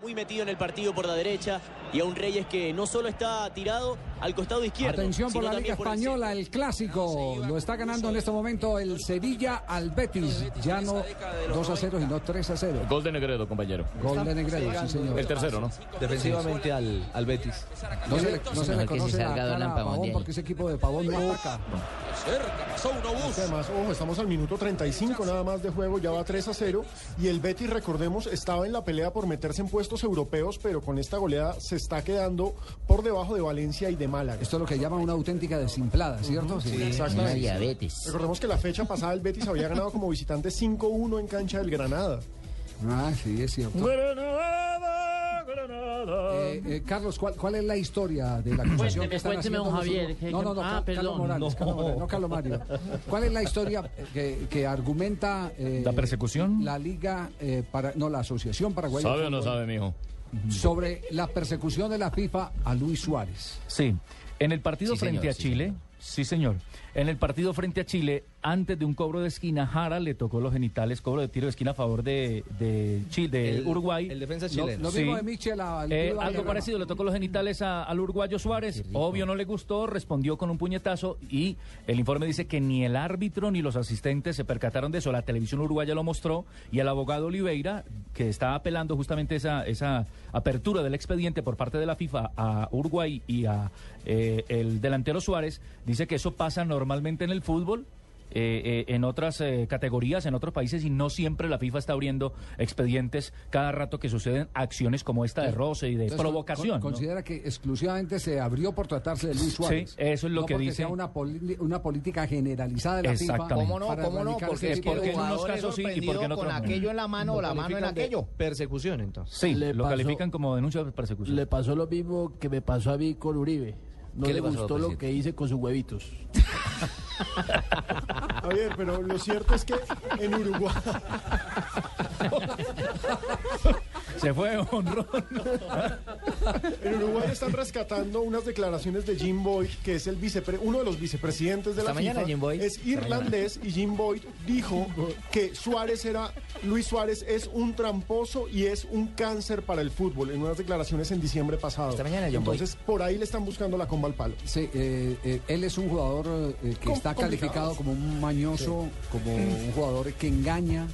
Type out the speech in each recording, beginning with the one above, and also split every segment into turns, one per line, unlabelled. Muy metido en el partido por la derecha y a un Reyes que no solo está tirado al costado izquierdo.
Atención
sino
por la
también
Liga
por el
Española, el clásico. Lo está ganando en este momento el Sevilla al Betis. Ya no 2 a 0, sino 3 a 0.
Gol de Negredo, compañero.
Gol de Negredo, sí, señor.
El tercero, ¿no?
defensivamente al, al Betis.
No se le, no se le
que se
conoce la
salga
cara
Donald
a
Pavón de
Pavón
ahí.
porque ese equipo de Pavón no ataca.
Es que Además, ojo, estamos al minuto 35 nada más de juego, ya va 3 a 0 y el Betis, recordemos, estaba en la pelea por meterse en puestos europeos, pero con esta goleada se está quedando por debajo de Valencia y de Málaga.
Esto es lo que llaman una auténtica desimplada, ¿cierto? Sí,
Una
Exactamente.
diabetes.
Recordemos que la fecha pasada el Betis había ganado como visitante 5-1 en cancha del Granada.
Ah, sí, es cierto.
Granada, Granada.
Eh, eh, Carlos, ¿cuál, ¿cuál es la historia de la acusación que están
cuénteme,
haciendo?
don
los-
Javier, que-
No, no, no,
ah,
Ca- Carlos
perdón.
Morales, Carlos Morales, no Carlos Mario. ¿Cuál es la historia eh, que, que argumenta... eh,
¿La persecución?
La Liga, eh, para, no, la Asociación Paraguaya. de
¿Sabe o no
Fútbol
sabe, mijo?
Sobre la persecución de la FIFA a Luis Suárez.
Sí, en el partido
Sí,
frente
señor,
a
sí,
Chile,
señor.
sí señor, en el partido frente a Chile, antes de un cobro de esquina, Jara le tocó los genitales, cobro de tiro de esquina a favor de, de Chile, de
El-
Uruguay.
El defensa
Lo,
chileno.
lo
Sí.
mismo de Michel a- al-
Eh,
al-
algo
al-
parecido, le tocó los genitales a- al uruguayo Suárez, obvio no le gustó, respondió con un puñetazo y el informe dice que ni el árbitro ni los asistentes se percataron de eso, la televisión uruguaya lo mostró y el abogado Oliveira, que está apelando justamente esa, esa apertura del expediente por parte de la FIFA a Uruguay y a eh, el delantero Suárez, dice que eso pasa normalmente en el fútbol. eh, eh, en otras eh, categorías, en otros países, y no siempre la FIFA está abriendo expedientes cada rato que suceden acciones como esta de roce y de
Pues,
Entonces, con-
provocación.
con-
¿no?
considera que exclusivamente se abrió por tratarse de Luis Suárez.
eso es lo
no
que
porque
dice.
sea una, poli- una política generalizada de la
Exactamente.
FIFA.
¿Cómo
no? para ¿Cómo no? erradicar Porque ese es que
porque en unos casos sí y porque en otros no.
la mano o la mano en aquello. Persecución, entonces.
Sí,
Le
lo
pasó-
califican como denuncia de persecución.
Le pasó lo mismo que me pasó a mí con Uribe. No
¿Qué
le,
le pasó,
gustó lo
presidente?
que hice con sus huevitos.
Javier, pero lo cierto es que en Uruguay...
Se fue honrón.
En Uruguay están rescatando unas declaraciones de Jim Boyd, que es el vicepre- uno de los vicepresidentes de
Esta
la
mañana,
FIFA.
Jim Boyd.
Es irlandés y Jim Boyd dijo que Suárez era Luis Suárez es un tramposo y es un cáncer para el fútbol en unas declaraciones en diciembre pasado.
Esta mañana, Jim Boyd.
Entonces por ahí le están buscando la comba al palo.
Sí, eh, eh, él es un jugador eh, que
Com-
está
complicado.
calificado como un mañoso, como un jugador que engaña.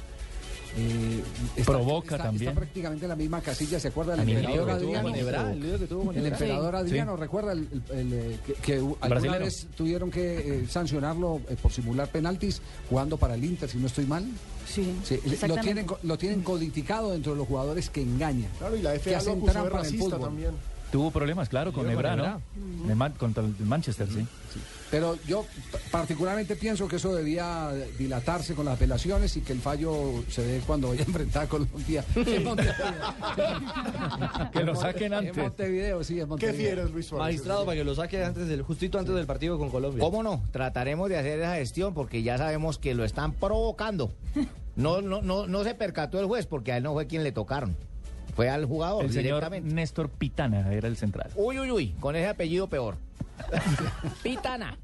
eh,
Provoca
está-
también.
Está prácticamente en la misma casilla, ¿se acuerda del
También
emperador
creo que
Adriano?
el lío que tuvo con
El
Ebrard.
emperador Adriano, recuerda el, el- el, eh, que, que alguna
Brasilero.
vez tuvieron que eh, sancionarlo eh, por simular penaltis jugando para el Inter, si no estoy mal.
Sí,
Sí, lo, tienen, co- lo tienen codificado dentro de los jugadores que engañan.
Claro, y la
que
FA lo
hacen
acusó de
trampa en el
racista
fútbol.
también.
Tuvo problemas, claro, con
Con
Ebra,
Ebrard.
¿no? De Man- contra el Manchester, sí.
Pero yo p- particularmente pienso que eso debía dilatarse con las apelaciones y que el fallo se dé cuando vaya a enfrentar a Colombia. En Montevideo.
Que lo
En Mon-
saquen
En
antes.
Montevideo, sí, en
¿Qué
Montevideo.
fieres, Luis Suárez?
Magistrado, para que lo saque antes del, justito antes del partido con Colombia.
¿Cómo no? Trataremos de hacer esa gestión porque ya sabemos que lo están provocando. No, no, no, no se percató el juez porque a él no fue quien le tocaron. Fue al jugador
El señor
directamente.
Néstor Pitana era el central.
Uy, uy, uy, con ese apellido peor. Pitana.